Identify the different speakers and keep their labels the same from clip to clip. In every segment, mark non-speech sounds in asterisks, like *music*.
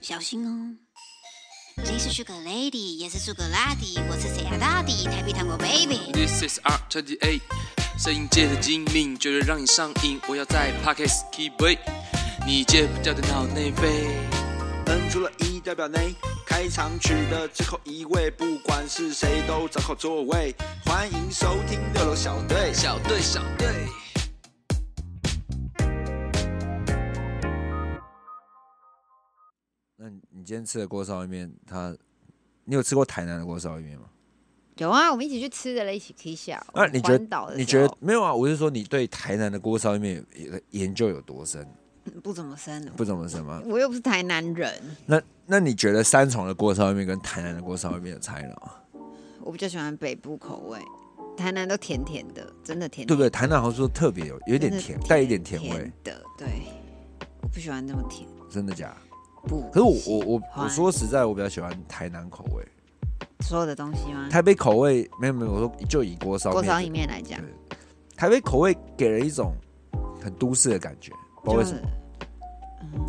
Speaker 1: 小心哦。你是 Sugar Lady，也是 Sugar Lady，我是谁啊大 y 台北糖果 Baby。
Speaker 2: This is R 2 8 t 摄影界的精明，绝对让你上瘾。我要在 Pockets Key Boy，你戒不掉的脑内啡。
Speaker 3: 摁出了一代表内。开场曲的最后一位，不管是谁都找好座位。欢迎收听六楼小队。
Speaker 2: 小队，小队。
Speaker 4: 那你你今天吃的锅烧意面，它你有吃过台南的锅烧意面吗？
Speaker 5: 有啊，我们一起去吃的了，一起 K 下。
Speaker 4: 那、你觉
Speaker 5: 哦环岛
Speaker 4: 得
Speaker 5: 的
Speaker 4: 你
Speaker 5: 时
Speaker 4: 觉
Speaker 5: 候
Speaker 4: 得没有啊？我是说你对台南的锅烧意面有有研究有多深？
Speaker 5: 嗯不怎么深，
Speaker 4: 不怎么深吗？
Speaker 5: 我又不是台南人，
Speaker 4: 那那你觉得三重的锅烧意面跟台南的锅烧意面有差异吗？
Speaker 5: 我比较喜欢北部口味，台南都甜甜的，真的甜甜的
Speaker 4: 对不对？台南好像说特别有有一点
Speaker 5: 真的
Speaker 4: 甜，带一点甜味
Speaker 5: 甜，的，对，我不喜欢那么甜，
Speaker 4: 真的假的？
Speaker 5: 不喜欢。
Speaker 4: 可是我我我
Speaker 5: 啊
Speaker 4: 我说实在，我比较喜欢台南口味，
Speaker 5: 所有的东西吗？
Speaker 4: 台北口味没有没有，我说就以锅烧
Speaker 5: 锅烧
Speaker 4: 面
Speaker 5: 意面来讲
Speaker 4: 对，台北口味给人一种很都市的感觉，不知道为什么。
Speaker 5: 就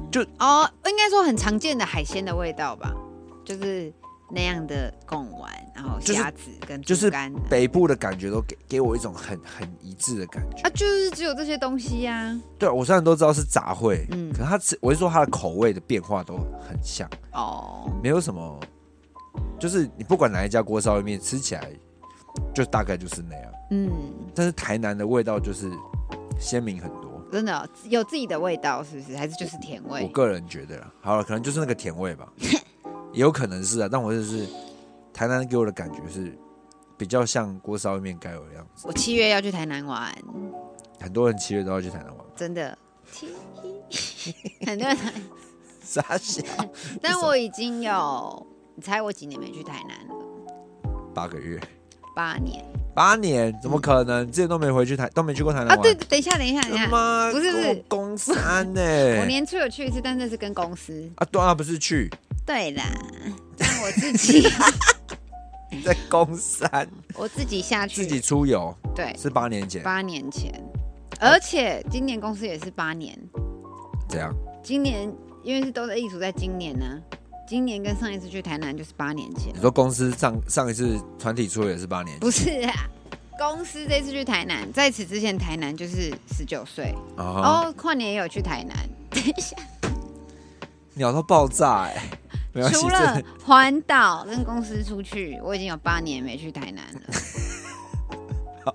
Speaker 4: 就是
Speaker 5: 嗯哦，应该说很常见的海鲜的味道吧，就是那样的贡丸，然后
Speaker 4: 就是
Speaker 5: 虾子跟
Speaker 4: 就
Speaker 5: 猪
Speaker 4: 是
Speaker 5: 肝啊
Speaker 4: 北部的感觉都给给我一种很很一致的感觉。
Speaker 5: 啊，就是只有这些东西呀、
Speaker 4: 对我虽然都知道是杂烩，
Speaker 5: 嗯
Speaker 4: 可是它吃，我是说它的口味的变化都很像，
Speaker 5: 哦，
Speaker 4: 没有什么，就是你不管哪一家锅烧意面吃起来，就大概就是那样。
Speaker 5: 嗯，
Speaker 4: 但是台南的味道就是鲜明很多，
Speaker 5: 真的哦有自己的味道，是不是？还是就是甜
Speaker 4: 我
Speaker 5: 味？
Speaker 4: 个人觉得啦。好了，可能就是那个甜味
Speaker 5: *laughs*
Speaker 4: 吧，也有可能是啊，但我就是台南给我的感觉是比较像锅烧意面该有的样子。
Speaker 5: 我七月要去台南玩，
Speaker 4: 很多人七月都要去台南玩，
Speaker 5: 真的。很
Speaker 4: *laughs*
Speaker 5: 多人，
Speaker 4: 傻笑。
Speaker 5: 但我已经有，你猜我几年没去台南了？
Speaker 4: 八个月，
Speaker 5: 八年
Speaker 4: 八年，怎么可能？之前都没回去台，都没去过台南
Speaker 5: 啊！
Speaker 4: 玩。
Speaker 5: 对，等一下，等一下，等一下，
Speaker 4: 妈，欸
Speaker 5: 不是不是
Speaker 4: 公山呢、
Speaker 5: *laughs* 我年初有去一次，但那是跟公司。
Speaker 4: 啊，对啊，不是去
Speaker 5: 对啦，但我自
Speaker 4: *laughs*
Speaker 5: 己
Speaker 4: 你在公山
Speaker 5: 我自己下去，
Speaker 4: 自己出游，
Speaker 5: 对，
Speaker 4: 是八年前，
Speaker 5: 八年前，而且今年公司也是八年，
Speaker 4: 怎样？
Speaker 5: 今年因为是都在艺术，在今年呢、今年跟上一次去台南就是八年前，
Speaker 4: 你说公司上上一次团体出游也是八年前
Speaker 5: *laughs* 不是啊。公司这次去台南，在此之前台南就是十九岁，
Speaker 4: 啊哈、
Speaker 5: 哦，跨年也有去台南。
Speaker 4: 鸟到爆炸哎、没关系，
Speaker 5: 除
Speaker 4: 这
Speaker 5: 了环岛跟公司出去，我已经有八年没去台南了。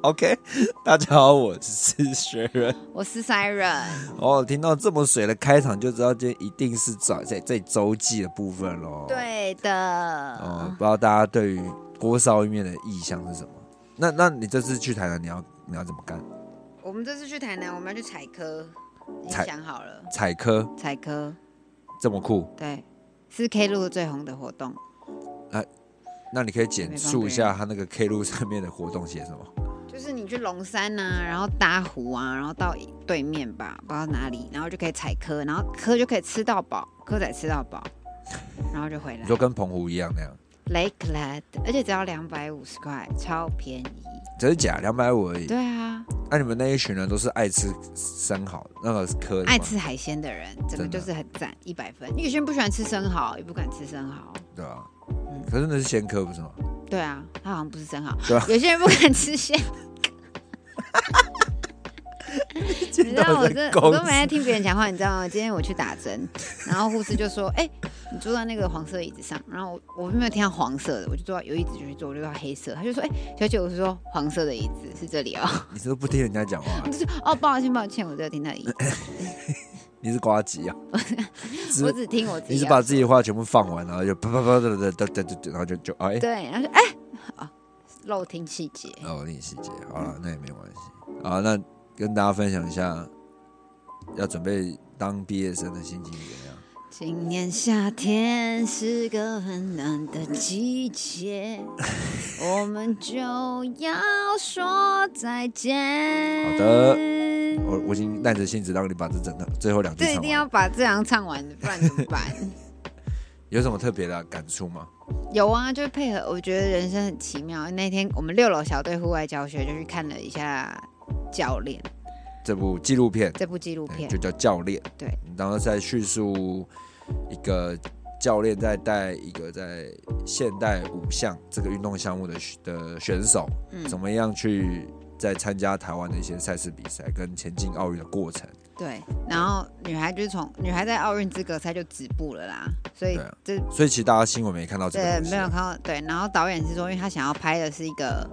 Speaker 4: OK。大 *laughs* 家好，我是学人。
Speaker 5: 我是 Siren，
Speaker 4: *laughs* 哦，听到这么水的开场，就知道今天一定是在在在周记的部分喽。。
Speaker 5: 对的。
Speaker 4: 哦、不知道大家对于锅烧意面的意向是什么？那那你这次去台南，你要你要怎么干？
Speaker 5: 我们这次去台南，我们要去采科，已经
Speaker 4: 采
Speaker 5: 想好了。
Speaker 4: 采科
Speaker 5: 采科，
Speaker 4: 这么酷，
Speaker 5: 对，是 K 路最红的活动。
Speaker 4: 那你可以简述一下他那个 K 路上面的活动写什么？
Speaker 5: 就是你去龙山呐、啊，然后搭湖啊，然后到对面吧，不知道哪里，然后就可以采科，然后科就可以吃到饱，科仔吃到饱，然后就回
Speaker 4: 你
Speaker 5: 来。
Speaker 4: 说跟澎湖一样那样？
Speaker 5: Lake Lad，而且只要两百五十块，超便宜。
Speaker 4: 真的假的？两百五而已。
Speaker 5: 对啊，
Speaker 4: 那、你们那一群人都是爱吃生蚝那个科的吗
Speaker 5: 爱吃海鲜的人，整个
Speaker 4: 真的
Speaker 5: 就是很赞，一百分。有些人不喜欢吃生蚝，也不敢吃生蚝。
Speaker 4: 对吧、可是那是鲜科不是吗？
Speaker 5: 对啊，他好像不是生蚝。
Speaker 4: 对啊
Speaker 5: 有些人不敢吃鲜。 *laughs* 你知道我这我都没在听别人讲话，你知道吗？今天我去打针，然后护士就说：“哎、你坐在那个黄色椅子上。”然后我我没有听到黄色的，我就坐到有椅子就去坐，我就到黑色。他就说：“哎、小姐，我是说黄色的椅子是这里哦。
Speaker 4: 你是不是不听人家讲话啊
Speaker 5: 我，就说”哦，抱歉抱歉，我只有听到椅子，
Speaker 4: 你是瓜吉啊？只
Speaker 5: 我只听我自己啊
Speaker 4: 你
Speaker 5: 要说。
Speaker 4: 是把自己的话全部放完，然后就啪啪啪哒哒哒哒哒，然后就就哎
Speaker 5: 对，然后就哎啊，漏听细节。
Speaker 4: 哦，另细节好了，那也没关系啊。那跟大家分享一下，要准备当毕业生的心情怎样？
Speaker 5: 今年夏天是个很暖的季节，我们就要说再见。
Speaker 4: 好的我我已经耐着性子让你把这整段最后两句
Speaker 5: 这一
Speaker 4: 唱
Speaker 5: 定要
Speaker 4: 完。
Speaker 5: 把这样唱完，不然怎么
Speaker 4: *laughs*
Speaker 5: 办？
Speaker 4: 有什么特别的感触吗？
Speaker 5: 有啊，就是配合，我觉得人生很奇妙。那天我们六楼小队户外教学就去看了一下《教练》
Speaker 4: 这部纪录片，
Speaker 5: 这部纪录
Speaker 4: 对
Speaker 5: 片
Speaker 4: 就，叫《教练》。
Speaker 5: 对，
Speaker 4: 然后在叙述一个教练在带一个在现代五项这个运动项目的选的选手，
Speaker 5: 嗯
Speaker 4: 怎么样去在参加台湾的一些赛事比赛跟前进奥运的过程。
Speaker 5: 对，然后女孩就是从女孩在奥运资格赛就止步了啦，所以
Speaker 4: 对啊
Speaker 5: 这
Speaker 4: 所以其实大家新闻没看到这个
Speaker 5: 对
Speaker 4: 东西
Speaker 5: 没有看到对，然后导演是说，因为他想要拍的是一个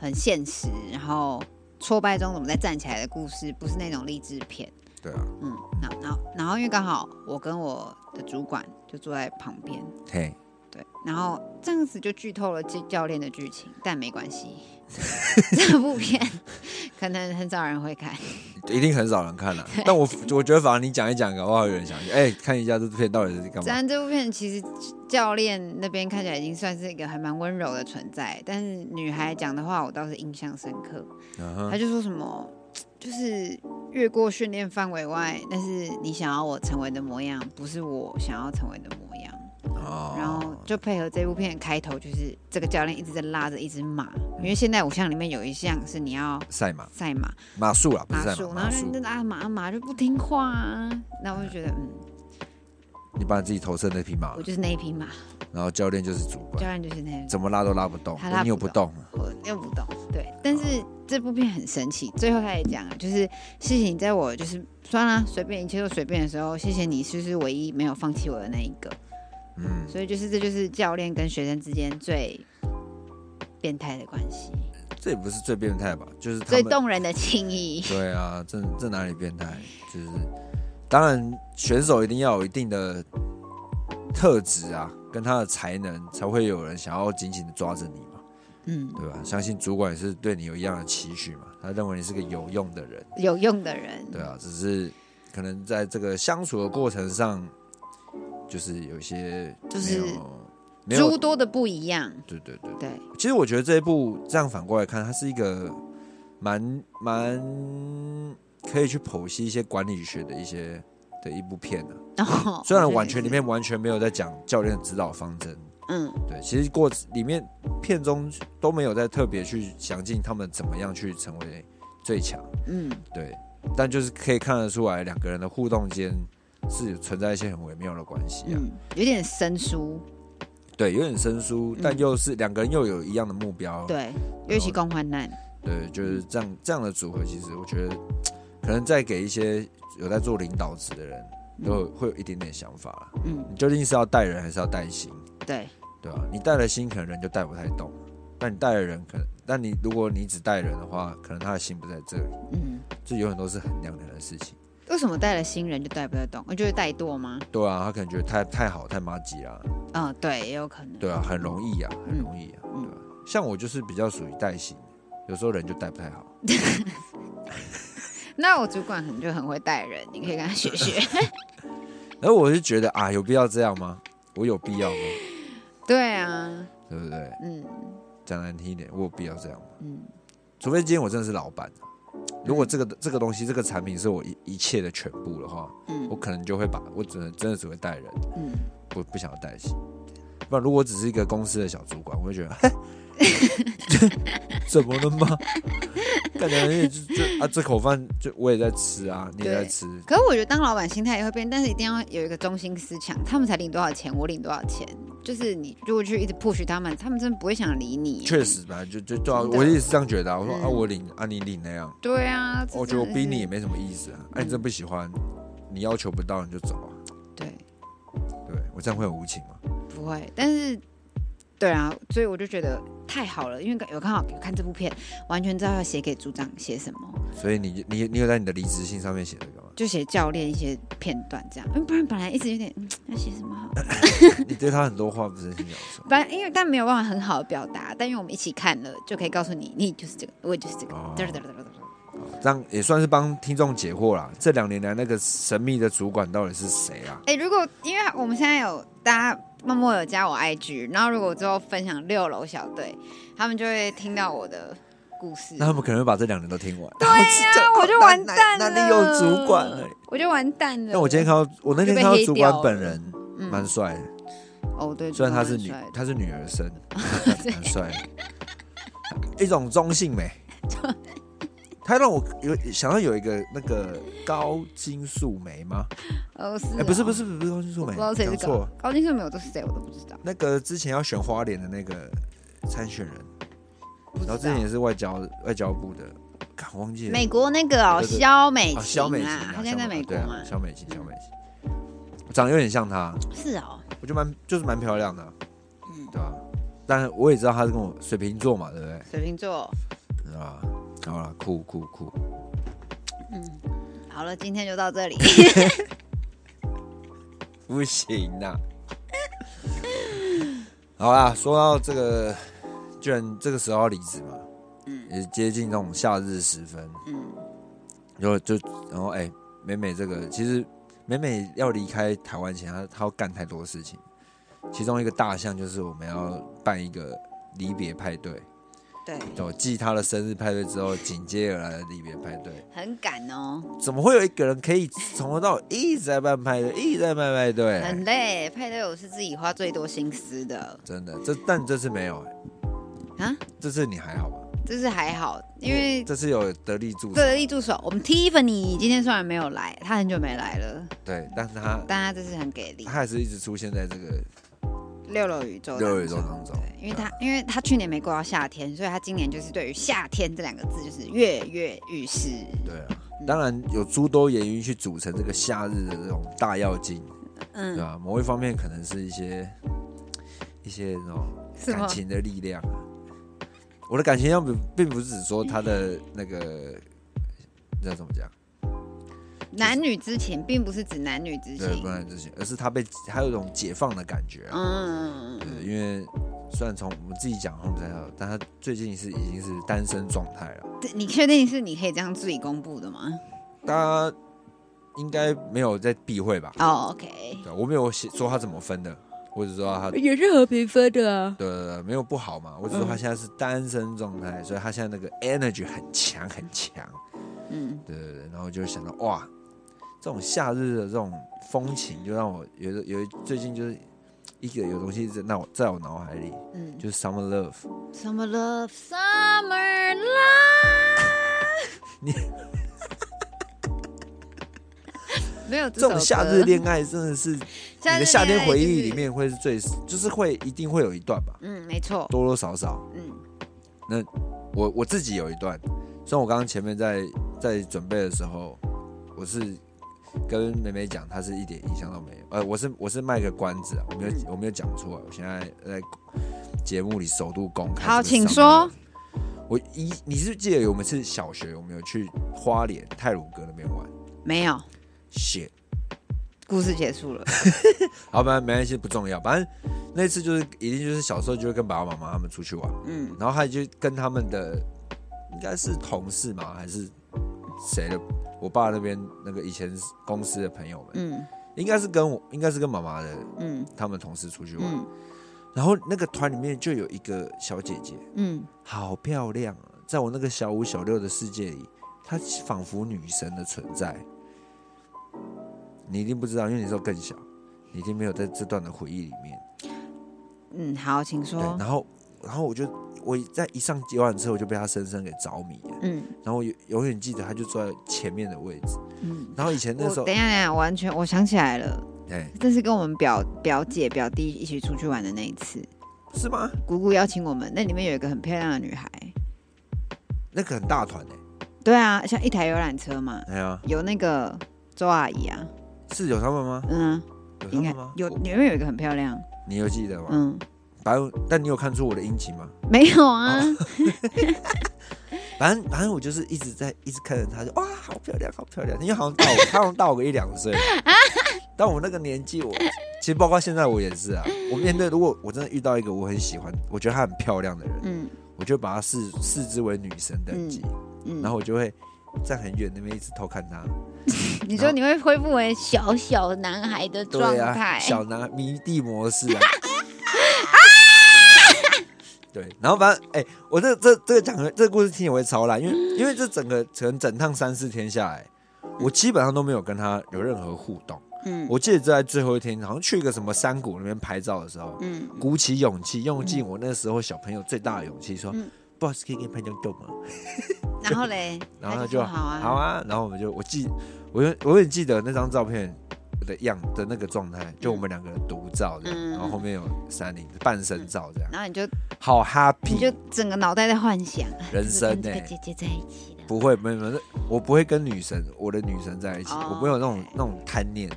Speaker 5: 很现实，然后挫败中怎么再站起来的故事，不是那种励志片。
Speaker 4: 对啊，
Speaker 5: 嗯，然后然后然后因为刚好我跟我的主管就坐在旁边，
Speaker 4: 嘿，
Speaker 5: 对，然后这样子就剧透了教教练的剧情，但没关
Speaker 4: *laughs*
Speaker 5: 系，这部片可能很少人会看。
Speaker 4: 一定很少人看了、啊
Speaker 5: *laughs*
Speaker 4: 但我我觉得反而你讲一讲，搞不好有人想去，哎、看一下这部片到底是干
Speaker 5: 虽
Speaker 4: 嘛？
Speaker 5: 然这部片其实教练那边看起来已经算是一个还蛮温柔的存在，但是女孩讲的话我倒是印象深刻。
Speaker 4: 嗯
Speaker 5: 她
Speaker 4: 哼，
Speaker 5: 就说什么，就是越过训练范围外，但是你想要我成为的模样，不是我想要成为的模样。
Speaker 4: 哦
Speaker 5: 然后就配合这部片的开头，就是这个教练一直在拉着一只马，因为现代五项里面有一项是你要
Speaker 4: 赛马
Speaker 5: 赛马
Speaker 4: 马术啦，不是
Speaker 5: 马
Speaker 4: 赛
Speaker 5: 术，
Speaker 4: 马
Speaker 5: 然
Speaker 4: 马
Speaker 5: 后
Speaker 4: 术
Speaker 5: 就，拉马马就不听话啊，那我就觉得嗯，
Speaker 4: 你把你自己投射那匹马
Speaker 5: 我，就是那一匹马，
Speaker 4: 然后教练就是主
Speaker 5: 教
Speaker 4: 管，
Speaker 5: 练就是那一匹马
Speaker 4: 怎么拉都拉不动
Speaker 5: 他拉，不
Speaker 4: 你又不动，
Speaker 5: 我又不懂，对，但是这部片很神奇。最后他也讲了，就是事情在我就是算啦，随便一切都随便的时候，谢谢你，就是唯一没有放弃我的那一个。
Speaker 4: 嗯，
Speaker 5: 所以就是这就是教练跟学生之间最变态的关系，
Speaker 4: 这也不是最变态吧？就是他
Speaker 5: 最
Speaker 4: 们
Speaker 5: 动人的情谊。
Speaker 4: 对啊，这这哪里变态？就是当然选手一定要有一定的特质啊，跟他的才能，才会有人想要紧紧的抓着你嘛，
Speaker 5: 嗯，
Speaker 4: 对吧？相信主管也是对你有一样的期许嘛，他认为你是个有用的人，
Speaker 5: 有用的人。
Speaker 4: 对啊，只是可能在这个相处的过程上，就是有一些
Speaker 5: 就是
Speaker 4: 没有没
Speaker 5: 诸
Speaker 4: 有，
Speaker 5: 多的不一样。
Speaker 4: 对对对。
Speaker 5: 对，
Speaker 4: 其实我觉得这一部这样反过来看，它是一个蛮蛮可以去剖析一些管理学的一些的一部片的、
Speaker 5: 然后
Speaker 4: 虽然完全里，面完全没有在讲教练的指导方针，
Speaker 5: 嗯，
Speaker 4: 对，其实过里面片中都没有在特别去详尽他们怎么样去成为最强，
Speaker 5: 嗯，
Speaker 4: 对，但就是可以看得出来两个人的互动间是存在一些很微妙的关系啊，
Speaker 5: 嗯，有点生疏，
Speaker 4: 对，有点生疏，但
Speaker 5: 嗯
Speaker 4: 又是两个人又有一样的目标，
Speaker 5: 对，
Speaker 4: 嗯
Speaker 5: 尤其共患难，
Speaker 4: 对，就是这样这样的组合，其实我觉得可能再给一些有在做领导职的人都有会有一点点想法啦。
Speaker 5: 嗯，
Speaker 4: 你究竟是要带人还是要带心，
Speaker 5: 对，
Speaker 4: 对吧、你带了心，可能人就带不太动；但你带了人，可能但你如果你只带人的话，可能他的心不在这里，
Speaker 5: 嗯。
Speaker 4: 这永远都是衡量人的事情。
Speaker 5: 为什么带了新人就带不太动？我觉得怠惰吗？
Speaker 4: 对啊，他可能觉得太太好太妈吉啦，
Speaker 5: 嗯，对，也有可能。
Speaker 4: 对啊，很容易啊，很容易啊，
Speaker 5: 嗯
Speaker 4: 对吧、像我就是比较属于带心，有时候人就带不太好。
Speaker 5: 那我主管可能就很会带人，你可以跟他
Speaker 4: *laughs*
Speaker 5: 学学。
Speaker 4: 然后我就觉得啊，有必要这样吗？我有必要吗？
Speaker 5: 对啊，
Speaker 4: 对不对？
Speaker 5: 嗯
Speaker 4: 讲难听一点，我有必要这样吗？
Speaker 5: 嗯，
Speaker 4: 除非今天我真的是老板，如果这个这个东西、这个产品是我一一切的全部的话，
Speaker 5: 嗯
Speaker 4: 我可能就会把我只能真的只会带人，
Speaker 5: 嗯，
Speaker 4: 不不想要带薪。不然，如果我只是一个公司的小主管，我会觉得，嘿 *laughs* 这怎么了吗？ *laughs* 感觉就就啊，这口饭就我也在吃啊，你也在吃，
Speaker 5: 可是我觉得当老板心态也会变，但是一定要有一个中心思想，他们才领多少钱，我领多少钱，就是你如果去一直 push 他们，他们真的不会想理你。
Speaker 4: 确，实吧，就就对啊，
Speaker 5: 真的
Speaker 4: 我也是这样觉得啊。我说、
Speaker 5: 嗯
Speaker 4: 啊，我领啊，你领那样，
Speaker 5: 对啊，这
Speaker 4: 我觉得我哦
Speaker 5: 真的
Speaker 4: 逼
Speaker 5: 是嗯
Speaker 4: 你也，没什么意思啊。哎、你真不喜欢，你要求不到你就走啊。
Speaker 5: 对，
Speaker 4: 对我这样会很无情吗？
Speaker 5: 不会，但是对啊，所以我就觉得太好了，因为有看好有看这部片，完全知道要写给组长写什么。？
Speaker 4: 所以你你你有在你的离职信上面写这个吗 *laughs*
Speaker 5: 就写教练一些片段这样，因为不然本来一直有点嗯要写什么好，
Speaker 4: 你对他很多话不是很想说
Speaker 5: 本来因为但没有办法很好的表达，但因为我们一起看了，就可以告诉你，你就是这个，我就是这个
Speaker 4: 哦，
Speaker 5: 嘚儿嘚儿嘚儿嘚儿嘚儿
Speaker 4: 啊，这样也算是帮听众解惑啦。这两年来那个神秘的主管到底是谁啊？
Speaker 5: 哎，如果因为我们现在有大家默默有加我 IG，然后如果我之后分享六楼小队，他们就会听到我的故事，
Speaker 4: 那他们可能会把这两年都听完。
Speaker 5: 对呀、啊我就完蛋了，
Speaker 4: 哪里有主管了？
Speaker 5: 我就完蛋了。
Speaker 4: 但我今天看到，我那天
Speaker 5: 就被
Speaker 4: 看到
Speaker 5: 黑
Speaker 4: 主管
Speaker 5: 掉
Speaker 4: 本
Speaker 5: 了
Speaker 4: 人
Speaker 5: 嗯
Speaker 4: 蛮帅的，
Speaker 5: 哦对，
Speaker 4: 虽然他是
Speaker 5: 主
Speaker 4: 女
Speaker 5: 管蛮帅，的
Speaker 4: 他是女儿
Speaker 5: *laughs*
Speaker 4: 身，蛮帅的，一种中性美。它让我有想到有一个那个高金素梅吗？
Speaker 5: 哦，是、
Speaker 4: 哎、不是不，是不是高金素
Speaker 5: 不
Speaker 4: 梅，
Speaker 5: 知道谁
Speaker 4: 讲
Speaker 5: 是
Speaker 4: 错
Speaker 5: 高。高金素梅，我都是谁我都不知道，
Speaker 4: 那个之前要选花莲的那个参选人，
Speaker 5: 不知
Speaker 4: 然
Speaker 5: 道
Speaker 4: 后之前也是外交外交部的，看忘记了
Speaker 5: 美国那个哦，
Speaker 4: 对对对
Speaker 5: 肖美
Speaker 4: 啊，
Speaker 5: 琴
Speaker 4: 肖美琴
Speaker 5: 啦
Speaker 4: 啊，，
Speaker 5: 她现在在美国
Speaker 4: 对啊
Speaker 5: 嘛，嗯
Speaker 4: 肖美琴，肖美琴，长得有点像她，
Speaker 5: 是哦，
Speaker 4: 我觉得蛮就是蛮漂亮的啊，
Speaker 5: 嗯
Speaker 4: 对吧、但我也知道她是跟我水瓶座嘛，对不对？
Speaker 5: 水瓶座，
Speaker 4: 嗯啊，好了，酷酷酷， *laughs*
Speaker 5: 嗯，好了，今天就
Speaker 4: *laughs*
Speaker 5: 到这里，
Speaker 4: 不行啊！ *laughs* 好啦，说到这个，居然这个时候要离职嘛，
Speaker 5: 嗯
Speaker 4: 也接近那种夏日时分，
Speaker 5: 嗯，
Speaker 4: 就就然后哎、美美这个其实美美要离开台湾前，她她要干太多事情，其中一个大项就是我们要办一个离别派对，
Speaker 5: 对，
Speaker 4: 就继她的生日派对之后，紧接而来的离别派对，
Speaker 5: 很赶哦，
Speaker 4: 怎么会有一个人可以从头到尾一直在办派对，一直在办派对？
Speaker 5: 很累，派对我是自己花最多心思的
Speaker 4: 真的，这但这次没有、欸，
Speaker 5: 啊，
Speaker 4: 这次你还好吧？
Speaker 5: 就是还好，因为
Speaker 4: 这次有得力助手，
Speaker 5: 对立助手，我们 Tiffany 今天虽然没有来，她很久没来了，
Speaker 4: 对，但是他
Speaker 5: 但她这次很给力
Speaker 4: 他。还是一直出现在这个
Speaker 5: 六楼宇宙，
Speaker 4: 六宇宙当中，
Speaker 5: 对，因为她因为她去年没过到夏天，所以她今年就是对于夏天这两个字就是跃跃欲试。
Speaker 4: 对啊，当然有诸多原因去组成这个夏日的这种大药精，对
Speaker 5: 嗯，
Speaker 4: 吧、某一方面可能是一些一些那种
Speaker 5: 是吗
Speaker 4: 感情的力量。啊我的感情要不并不是只说他的那个，那怎么讲？
Speaker 5: 男女之情并不是指男女之
Speaker 4: 对，
Speaker 5: 情
Speaker 4: 不。然这些，而是他被他有一种解放的感觉啊。
Speaker 5: 嗯，
Speaker 4: 对，因为虽然从我们自己讲后才好，但他最近是已经是单身状态了。
Speaker 5: 这你确定是你可以这样自己公布的吗？
Speaker 4: 大家应该没有在避讳吧？
Speaker 5: 哦，OK，
Speaker 4: 对，我没有写说他怎么分的，我只知道他对
Speaker 5: 也是和平分的啊。嗯
Speaker 4: 对对没有不好嘛，我只说他现在是单身状态，所以他现在那个 energy 很强很强。
Speaker 5: 嗯，
Speaker 4: 对对对，然后就想到哇，这种夏日的这种风情，就让我有一有一最近就是一个有东西在那我在我脑海里，
Speaker 5: 嗯
Speaker 4: 就是 summer love。
Speaker 5: ，Summer Love Summer Love，
Speaker 4: 你
Speaker 5: *laughs* 没有
Speaker 4: 这
Speaker 5: 首
Speaker 4: 种夏
Speaker 5: 歌
Speaker 4: 日恋爱真的是你的夏天回忆里
Speaker 5: 就是，
Speaker 4: 面会是最，就是会一定会有一段吧，
Speaker 5: 嗯，没错，
Speaker 4: 多多少少。
Speaker 5: 嗯
Speaker 4: 我我自己有一段，虽然我刚刚前面在在准备的时候，我是跟梅梅讲，她是一点印象都没有。呃，我是我是卖个关子啊，我没有
Speaker 5: 嗯
Speaker 4: 我没有讲出来，我现在在节目里首度公开。
Speaker 5: 好请说。
Speaker 4: 我一你是不是记得有一次小学我们有去花莲泰鲁阁那边玩
Speaker 5: 没有，
Speaker 4: ，shit，
Speaker 5: 故事结束了。
Speaker 4: 好，反正没关系，不重要。反正那次就是一定就是小时候就会跟爸爸妈妈他们出去玩，
Speaker 5: 嗯
Speaker 4: 然后他就跟他们的应该是同事嘛，还是谁的？我爸那边那个以前公司的朋友们，
Speaker 5: 嗯
Speaker 4: 应该是跟我，应该是跟妈妈的
Speaker 5: 嗯
Speaker 4: 他们同事出去玩。
Speaker 5: 嗯
Speaker 4: 然后那个团里面就有一个小姐姐，
Speaker 5: 嗯，
Speaker 4: 好漂亮啊！在我那个小五小六的世界里，她仿佛女神的存在。你一定不知道，因为你那时候更小，你一定没有在这段的回忆里面。
Speaker 5: 嗯，好，请
Speaker 4: 对，
Speaker 5: 说。
Speaker 4: 然后，然后我就我在一上游览车，我就被她深深给着迷了。
Speaker 5: 嗯
Speaker 4: 然后我永永远记得他就坐在前面的位置。
Speaker 5: 嗯，
Speaker 4: 然后以前那
Speaker 5: 我
Speaker 4: 时候
Speaker 5: 等一，下，等一下，完全我想起来了，
Speaker 4: 哎，
Speaker 5: 这是跟我们表表姐表弟一起出去玩的那一次，
Speaker 4: 是吗？
Speaker 5: 姑姑邀请我们，那里面有一个很漂亮的女孩。
Speaker 4: 那个很大团哎，
Speaker 5: 对啊，像一台游览车嘛，
Speaker 4: 哎呀，
Speaker 5: 有那个周阿姨啊，
Speaker 4: 是有他们吗？
Speaker 5: 嗯啊，
Speaker 4: 有他
Speaker 5: 应该
Speaker 4: 们吗？
Speaker 5: 有
Speaker 4: 我
Speaker 5: 里面有一个很漂亮，
Speaker 4: 你有记得吗？
Speaker 5: 嗯，
Speaker 4: 反正但你有看出我的殷勤吗？
Speaker 5: 没有啊，
Speaker 4: 哦反正反正我就是一直在一直看着她，就哇，好漂亮，好漂亮。因为好像大我，她好像大我个一两
Speaker 5: *laughs*
Speaker 4: 岁。但我那个年纪，我其实包括现在我也是啊。我面对如果我真的遇到一个我很喜欢，我觉得她很漂亮的人，
Speaker 5: 嗯
Speaker 4: 我就把她视视之为女神等级，
Speaker 5: 嗯，
Speaker 4: 然后我就会站很远那边一直偷看她。
Speaker 5: 你说你会恢复为小小男孩的状
Speaker 4: 对
Speaker 5: 态
Speaker 4: 啊，，小男迷弟模式啊。
Speaker 5: *laughs*
Speaker 4: *laughs* 对，然后反正哎、我这这这个讲的这个故事听起来会超烂，因为因为这整个整整趟三四天下来，我基本上都没有跟他有任何互动。
Speaker 5: 嗯
Speaker 4: 我记得在最后一天，好像去一个什么山谷那边拍照的时候，
Speaker 5: 嗯嗯
Speaker 4: 鼓起勇气，用尽我那时候小朋友最大的勇气说：“ boss 可以跟朋友动吗？
Speaker 5: 然后嘞，
Speaker 4: *laughs* 然后
Speaker 5: 他
Speaker 4: 他
Speaker 5: 就
Speaker 4: 就
Speaker 5: 说好啊，
Speaker 4: 好，啊，然后我们就我记，我永我也记得那张照片的样的那个状态，就我们两个人独照这样，
Speaker 5: 嗯
Speaker 4: 然后后面有山林半身照这样，
Speaker 5: 然后你就
Speaker 4: 好
Speaker 5: 你就
Speaker 4: happy
Speaker 5: 整个脑袋在幻想，
Speaker 4: 人
Speaker 5: 就是
Speaker 4: 生欸呢、
Speaker 5: 跟这个姐姐在一起了，
Speaker 4: 不会，没有没有，我不会跟女神，我的女神在一起，
Speaker 5: 哦
Speaker 4: 我不会有那种那种贪念，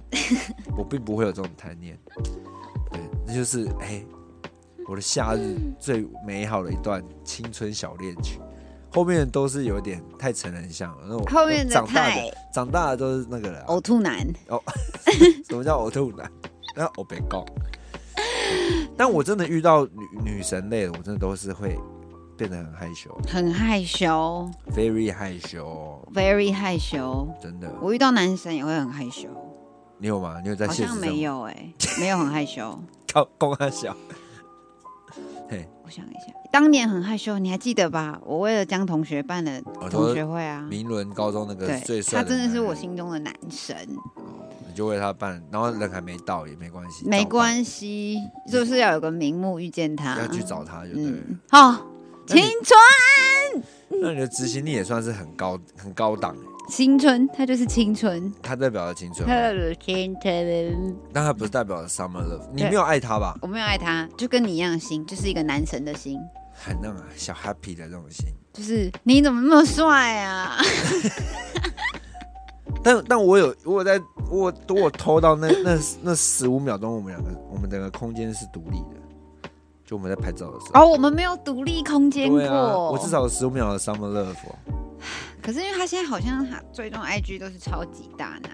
Speaker 4: 我并不会有这种贪念。对，那就是哎、我的夏日最美好的一段青春小恋曲。后面都是有点太成人像了，那种
Speaker 5: *laughs* 后面的
Speaker 4: 长大
Speaker 5: 太哦
Speaker 4: 的长大的都是那个了啊、
Speaker 5: 呕吐男，
Speaker 4: 什么叫呕吐男？那我别告。 *laughs* 但我真的遇到女女神类的，我真的都是会变得很害羞
Speaker 5: 很害羞
Speaker 4: ，very 害羞，
Speaker 5: ，very 害羞。
Speaker 4: 真的。
Speaker 5: 我遇到男神也会很害羞，
Speaker 4: 你有吗？你有在
Speaker 5: 好
Speaker 4: 现实
Speaker 5: 像
Speaker 4: 中
Speaker 5: 没有哎、没有很害羞。
Speaker 4: 靠公他小，嘿，
Speaker 5: 我想一下，当年很害羞，你还记得吧？我为了江同学办了
Speaker 4: 我
Speaker 5: 同
Speaker 4: 说
Speaker 5: 学会啊，
Speaker 4: 明伦高中那个哦最
Speaker 5: 对，
Speaker 4: 帅
Speaker 5: 他真的
Speaker 4: 男
Speaker 5: 是我
Speaker 4: 人
Speaker 5: 心中的男神。
Speaker 4: 你就为他办，然后人还没到也没关系，
Speaker 5: 没
Speaker 4: 系，
Speaker 5: 关系，就是要有个名目遇见他，
Speaker 4: 要去找他就对了。
Speaker 5: 嗯，哦，
Speaker 4: 那你
Speaker 5: 青春，
Speaker 4: 那你的执行力也算是很高很高档欸，
Speaker 5: 青春，它就是青春，
Speaker 4: 他代表了青春
Speaker 5: 它，就是青春。
Speaker 4: 但他不是代表了 summer love。你
Speaker 5: 对
Speaker 4: 没有爱他吧？
Speaker 5: 我没有爱他，就跟你一样的心，就是一个男神的心，
Speaker 4: 很那种小 happy 的这种心，
Speaker 5: 就是你怎么那么
Speaker 4: *laughs*
Speaker 5: 帅啊？
Speaker 4: 但但我有我有在我我有偷到那那那十五秒钟，我们两个我们整个空间是独立的，就我们在拍照的时候。
Speaker 5: 哦，我们没有独立空间过，
Speaker 4: 对啊，我至。少有十五秒的 summer love 哦、
Speaker 5: 可是因为他现在好像他追踪 IG 都是超级大奶，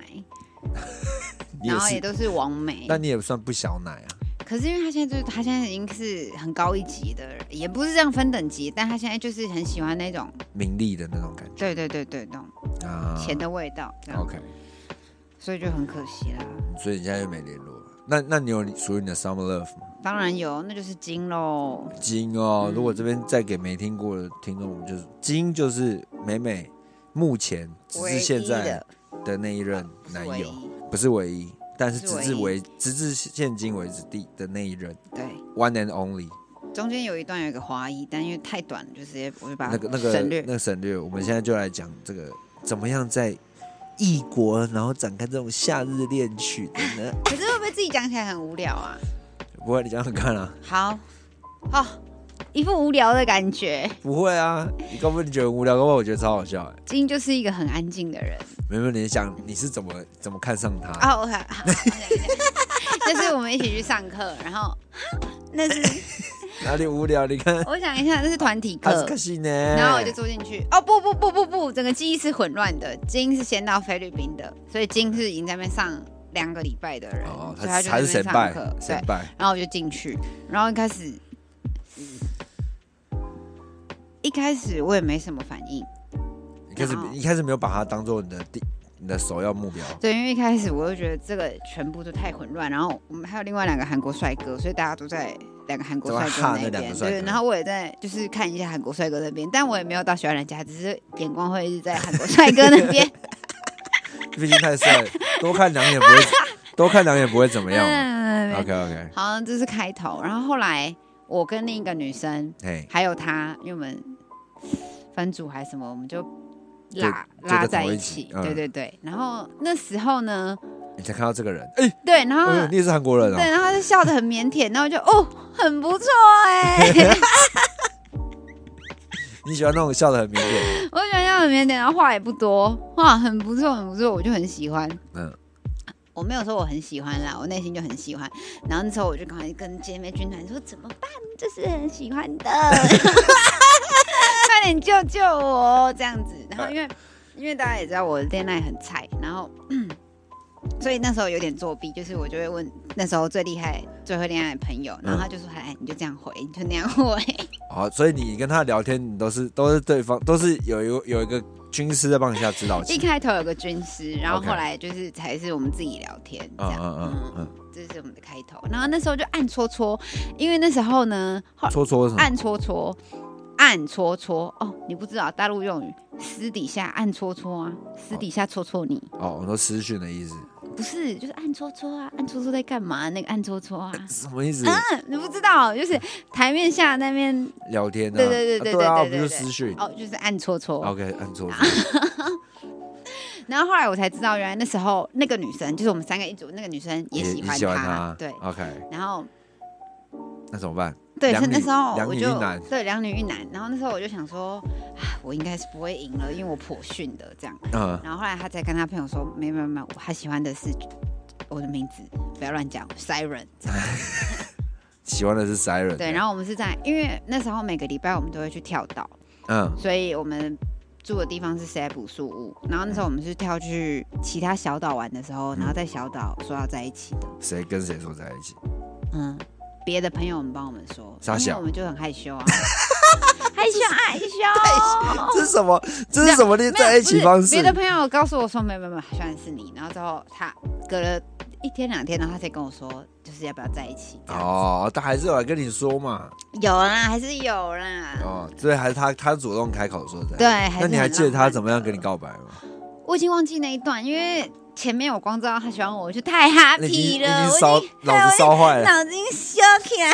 Speaker 4: 你也
Speaker 5: 然后
Speaker 4: 是
Speaker 5: 也都是王美，
Speaker 4: 但你也算不小奶啊，
Speaker 5: 可是因为他现在就是他现在已经是很高一级的人，也不是这样分等级，但他现在就是很喜欢那种，
Speaker 4: 名利的那种感
Speaker 5: 对对对对，那种
Speaker 4: 觉啊。
Speaker 5: 钱的味道，这样，
Speaker 4: OK，
Speaker 5: 所以就很可惜啦。
Speaker 4: 所以你现在就没联络了。那那你有属于你的 summer love 吗？
Speaker 5: 当然有，那就是金喽。
Speaker 4: 金哦，
Speaker 5: 嗯
Speaker 4: 如果这边再给没听过的听众，我们就是金就是美美目前只
Speaker 5: 唯
Speaker 4: 是
Speaker 5: 一
Speaker 4: 现在
Speaker 5: 的
Speaker 4: 的那一任男
Speaker 5: 唯
Speaker 4: 友，
Speaker 5: 一
Speaker 4: 不是唯一，但是
Speaker 5: 不
Speaker 4: 直
Speaker 5: 是
Speaker 4: 至
Speaker 5: 唯
Speaker 4: 为直至现今为止第的那一任
Speaker 5: 对，
Speaker 4: one and only
Speaker 5: 中间有一段有一个华裔，但因为太短了，就直接我就把它
Speaker 4: 那个那个
Speaker 5: 啊省略。
Speaker 4: 那个省略，我们现在就来讲这个怎么样在异国然后展开这种夏日恋曲的呢？
Speaker 5: 可是会不会自己讲起来很无聊啊？
Speaker 4: 不会，你想想看啊， *laughs*
Speaker 5: 好，哦，一副无聊的感觉。
Speaker 4: 不会啊，你根本觉得无聊，根本我觉得超好笑哎。
Speaker 5: 金就是一个很安静的人
Speaker 4: 没有，你想你是怎么怎么看上他？
Speaker 5: 啊。我看，
Speaker 4: *laughs*
Speaker 5: 好好好就是我们一起去上课，然后那是
Speaker 4: 哪里无聊？你看
Speaker 5: 我想一下，那是团体
Speaker 4: 他啊是
Speaker 5: 课
Speaker 4: 可。惜呢。
Speaker 5: 然后我就坐进去，哦不不不不不，整个记忆是混乱的。金是先到菲律宾的，所以金是已经在那边上两个礼拜的人，
Speaker 4: 哦，
Speaker 5: 所以
Speaker 4: 他
Speaker 5: 就
Speaker 4: 他
Speaker 5: 在
Speaker 4: 是神
Speaker 5: 那边上
Speaker 4: 拜
Speaker 5: 课。，对
Speaker 4: 神，拜，
Speaker 5: 然后我就进去，然后一开始，嗯一开始我也没什么反应，
Speaker 4: 一开始
Speaker 5: 然后
Speaker 4: 一开始没有把他当做你的第你的首要目标，
Speaker 5: 对，因为一开始我就觉得这个全部都太混乱。然后我们还有另外两个韩国帅哥，所以大家都在两个韩国帅
Speaker 4: 都在哈
Speaker 5: 哥
Speaker 4: 那
Speaker 5: 那
Speaker 4: 两个
Speaker 5: 边，
Speaker 4: 帅哥
Speaker 5: 对。然后我也在就是看一下韩国帅哥那边，但我也没有到喜欢人家，只是眼光会一直在韩国帅哥那
Speaker 4: *laughs*
Speaker 5: 边。
Speaker 4: 毕竟太帅，啊多看两眼不会， *laughs* 多看两眼不会怎么样嘛。
Speaker 5: 嗯，
Speaker 4: OK OK，
Speaker 5: *laughs* 好，这是开头。然后后来我跟另一个女生，
Speaker 4: 嘿，
Speaker 5: 还有她，因为我们分组还是什么，我们就拉
Speaker 4: 就就在
Speaker 5: 拉在
Speaker 4: 同一
Speaker 5: 一
Speaker 4: 起
Speaker 5: 起。
Speaker 4: 嗯
Speaker 5: 对对对。然后那时候呢，
Speaker 4: 你才看到这个人，哎，
Speaker 5: 对，然后、
Speaker 4: 哎呦你也是韩国人
Speaker 5: 啊对，
Speaker 4: 哦，
Speaker 5: 然后她就笑得很腼腆，然后我就哦，很不错哎、
Speaker 4: 你喜欢那种笑得很腼腆，
Speaker 5: 我喜欢笑得很腼腆，然后话也不多，哇，很不错，很不错，我就很喜欢。
Speaker 4: 嗯，
Speaker 5: 我没有说我很喜欢啦，我内心就很喜欢。然后那时候我就赶快跟姐妹军团说怎么办，就是很喜欢的，快点救救我这样子。然后因为因为大家也知道我的恋爱很菜，然后。 *clears throat* 所以那时候有点作弊，就是我就会问那时候最厉害、最会恋爱的朋友，然后他就说：“哎，你就这样回，你就那样回。
Speaker 4: 好，所以你跟他聊天，你都是都是对方都是有一个有一个军师在帮你下指导”
Speaker 5: 一
Speaker 4: 棋，
Speaker 5: 开头有个军师，然后
Speaker 4: OK
Speaker 5: 后来就是才是我们自己聊天这
Speaker 4: 嗯
Speaker 5: 样。
Speaker 4: 嗯嗯
Speaker 5: 嗯
Speaker 4: 嗯，
Speaker 5: 这是我们的开头。然后那时候就暗搓搓，因为那时候呢，后
Speaker 4: 戳戳什么？
Speaker 5: 暗搓搓，暗搓搓哦，你不知道大陆用语，私底下暗搓搓啊，私底下搓搓你。
Speaker 4: 哦，我说私讯的意思，
Speaker 5: 不是，就是暗搓搓啊，暗搓搓在干嘛？那个暗搓搓啊，
Speaker 4: 什么意思？
Speaker 5: 嗯，你不知道，就是台面下那边，
Speaker 4: 聊天啊？
Speaker 5: 对对对
Speaker 4: 啊
Speaker 5: 对
Speaker 4: 对啊，不
Speaker 5: 对对
Speaker 4: 是
Speaker 5: 对
Speaker 4: 私讯。
Speaker 5: 哦，啊就是暗搓搓。
Speaker 4: OK，按嗯错。
Speaker 5: 然后后来我才知道，原来那时候那个女生，就是我们三个一组，那个女生 *laughs* 也喜
Speaker 4: 你
Speaker 5: 欢
Speaker 4: 喜欢他？
Speaker 5: 对，
Speaker 4: OK，
Speaker 5: 然后
Speaker 4: 那怎么办？
Speaker 5: 对，
Speaker 4: 两
Speaker 5: 所以那
Speaker 4: 女
Speaker 5: 时候
Speaker 4: 两
Speaker 5: 我
Speaker 4: 女
Speaker 5: 就
Speaker 4: 一男
Speaker 5: 对两女一男，然后那时候我就想说，啊，我应该是不会赢了，因为我颇逊的这样。
Speaker 4: 嗯，
Speaker 5: 然后后来他才跟他朋友说，没有没有没有，他喜欢的是我的名字，不要乱讲，Siren。
Speaker 4: 喜欢的是 Siren。
Speaker 5: 对，然后我们是在，因为那时候每个礼拜我们都会去跳岛，
Speaker 4: 嗯，
Speaker 5: 所以我们住的地方是塞浦宿务。然后那时候我们是跳去其他小岛玩的时候，然后在小岛说要在一起的，
Speaker 4: 谁跟谁坐在一起？
Speaker 5: 嗯，别的朋友们帮我们说，
Speaker 4: 傻
Speaker 5: 因为
Speaker 4: 小
Speaker 5: 我们就很害羞
Speaker 4: *laughs*
Speaker 5: 啊，害羞害羞。
Speaker 4: 这是什么？这是什么的在一起方式
Speaker 5: 别？的朋友告诉我说，没有没有没有，喜欢的是你。然后之后他隔了一天两天，然后他才跟我说，就是要不要在一起。这样
Speaker 4: 哦，但还是有来跟你说嘛。
Speaker 5: 有啦，还是有啦。
Speaker 4: 哦，所以还是他他主动开口说的。
Speaker 5: 对，。还是
Speaker 4: 那你还
Speaker 5: 很
Speaker 4: 记得
Speaker 5: 浪
Speaker 4: 他
Speaker 5: 漫
Speaker 4: 怎么样跟你
Speaker 5: 的？
Speaker 4: 告白吗？
Speaker 5: 我已经忘记那一段，因为前面我光知道他喜欢我，我就太 happy
Speaker 4: 那
Speaker 5: 了，
Speaker 4: 已经你
Speaker 5: 我
Speaker 4: 已
Speaker 5: 已
Speaker 4: 经
Speaker 5: 经哎
Speaker 4: 烧脑子烧坏了，
Speaker 5: 脑筋修起来，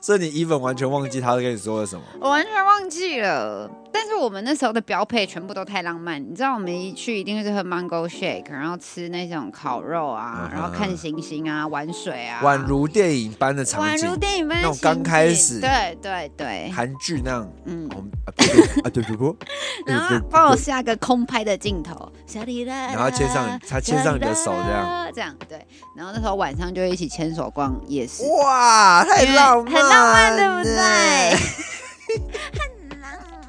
Speaker 4: 所以你 even 完全忘记他跟你说了什么。
Speaker 5: 我完全忘记了。但是我们那时候的标配全部都太浪漫，你知道，我们一去一定就是喝 mango shake，然后吃那种烤肉啊
Speaker 4: 嗯，哼
Speaker 5: 然后看星星啊，玩水啊，
Speaker 4: 宛如电影般的场
Speaker 5: 宛
Speaker 4: 景
Speaker 5: 如，电影般
Speaker 4: 那
Speaker 5: 的
Speaker 4: 种刚
Speaker 5: 情
Speaker 4: 开
Speaker 5: 景
Speaker 4: 始
Speaker 5: 对对对，
Speaker 4: 韩剧那样。
Speaker 5: 嗯， *laughs*
Speaker 4: 我们啊对啊对不不，
Speaker 5: 然
Speaker 4: 对
Speaker 5: 后
Speaker 4: 不
Speaker 5: 帮我下个空拍的镜头，小李啦啦，
Speaker 4: 然后牵上他牵上你的手这样
Speaker 5: 小李啦啦，这样对，然后那时候晚上就一起牵手逛夜市，
Speaker 4: 哇，太
Speaker 5: 因为
Speaker 4: 浪漫，
Speaker 5: 很浪漫，对不对？？很浪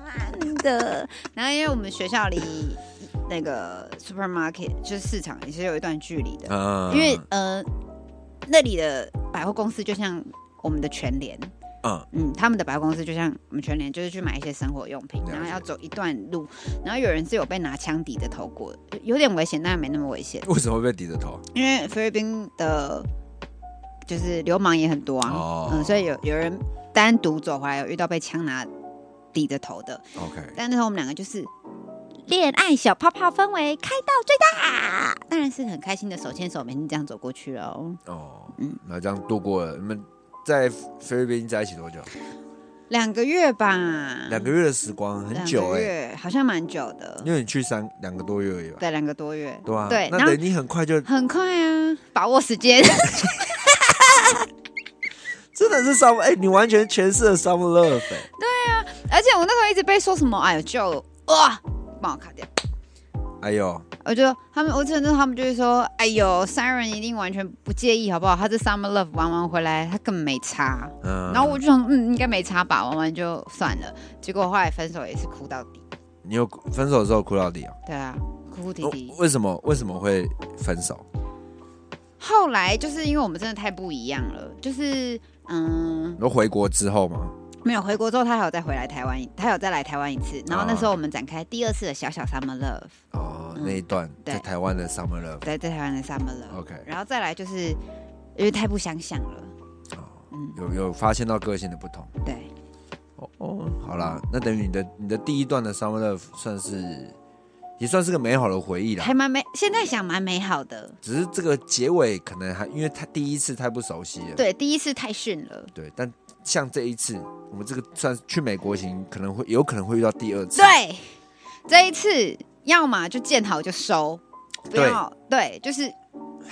Speaker 5: 漫的。然后因为我们学校离那个 supermarket 就是市场也是有一段距离的，
Speaker 4: 嗯，
Speaker 5: 因为呃那里的百货公司就像我们的全联。
Speaker 4: 嗯
Speaker 5: 嗯，他们的百货公司就像我们全联，就是去买一些生活用品
Speaker 4: 了，解
Speaker 5: 然后要走一段路，然后有人是有被拿枪抵着头过的，有点危险，但没那么危险，
Speaker 4: 为什么会被抵着头？
Speaker 5: 因为菲律宾的，就是流氓也很多啊，
Speaker 4: 哦
Speaker 5: 嗯，所以有有人单独走回来，有遇到被枪拿抵着头的，
Speaker 4: OK，
Speaker 5: 但那时候我们两个就是恋爱小泡泡氛围开到最大，啊当然是很开心的手牵手，每天这样走过去了哦，
Speaker 4: 哦，
Speaker 5: 嗯
Speaker 4: 那这样度过了。你们在菲律宾在一起多久？
Speaker 5: 两个月吧，
Speaker 4: 两个月的时光，很久
Speaker 5: 嗯两个
Speaker 4: 哎、
Speaker 5: 月好像蛮久的，
Speaker 4: 因为你去三两个多月而已吧？
Speaker 5: 对，两个多月，
Speaker 4: 对啊，
Speaker 5: 对，
Speaker 4: 那
Speaker 5: 然后
Speaker 4: 等于你很快就
Speaker 5: 很快啊，把握时间， *laughs*
Speaker 4: 真的是 summer，哎、你完全诠释了 summer love，、哎
Speaker 5: 而且我那时候一直被说什么，哎呦，就哇，帮我卡掉。
Speaker 4: 哎呦，
Speaker 5: 我就他们，我真的他们就会说，哎呦，Siren 一定完全不介意，好不好？他这 Summer Love 玩完回来，他根本没差。
Speaker 4: 嗯，
Speaker 5: 然后我就想，嗯，应该没差吧，玩完就算了。结果后来分手也是哭到底，
Speaker 4: 你有分手的时候哭到底啊？
Speaker 5: 对啊，哭哭啼啼
Speaker 4: 哦。为什么为什么会分手？
Speaker 5: 后来就是因为我们真的太不一样了，就是嗯
Speaker 4: 你，说回国之后吗？
Speaker 5: 没有回国之后，他还有再回来台湾一，他有再来台湾一次。然后那时候我们展开第二次的小小 Summer Love，
Speaker 4: 哦，
Speaker 5: 嗯
Speaker 4: 那一段
Speaker 5: 对
Speaker 4: 在台湾的 summer love，
Speaker 5: 在在台湾的 Summer Love。
Speaker 4: OK
Speaker 5: 然后再来就是因为太不相像了，嗯，
Speaker 4: 有有发现到个性的不同。
Speaker 5: 对。
Speaker 4: 哦哦，好啦，那等于你的你的第一段的 summer love 算是也算是个美好的回忆啦
Speaker 5: 还。蛮美，现在想蛮美好的。
Speaker 4: 只是这个结尾可能还因为他第一次太不熟悉了，
Speaker 5: 对，第一次太逊了。
Speaker 4: 对但像这一次我们这个算去美国行，可能会有可能会遇到第二次。
Speaker 5: 对，这一次要么就见好就收，不要对，就是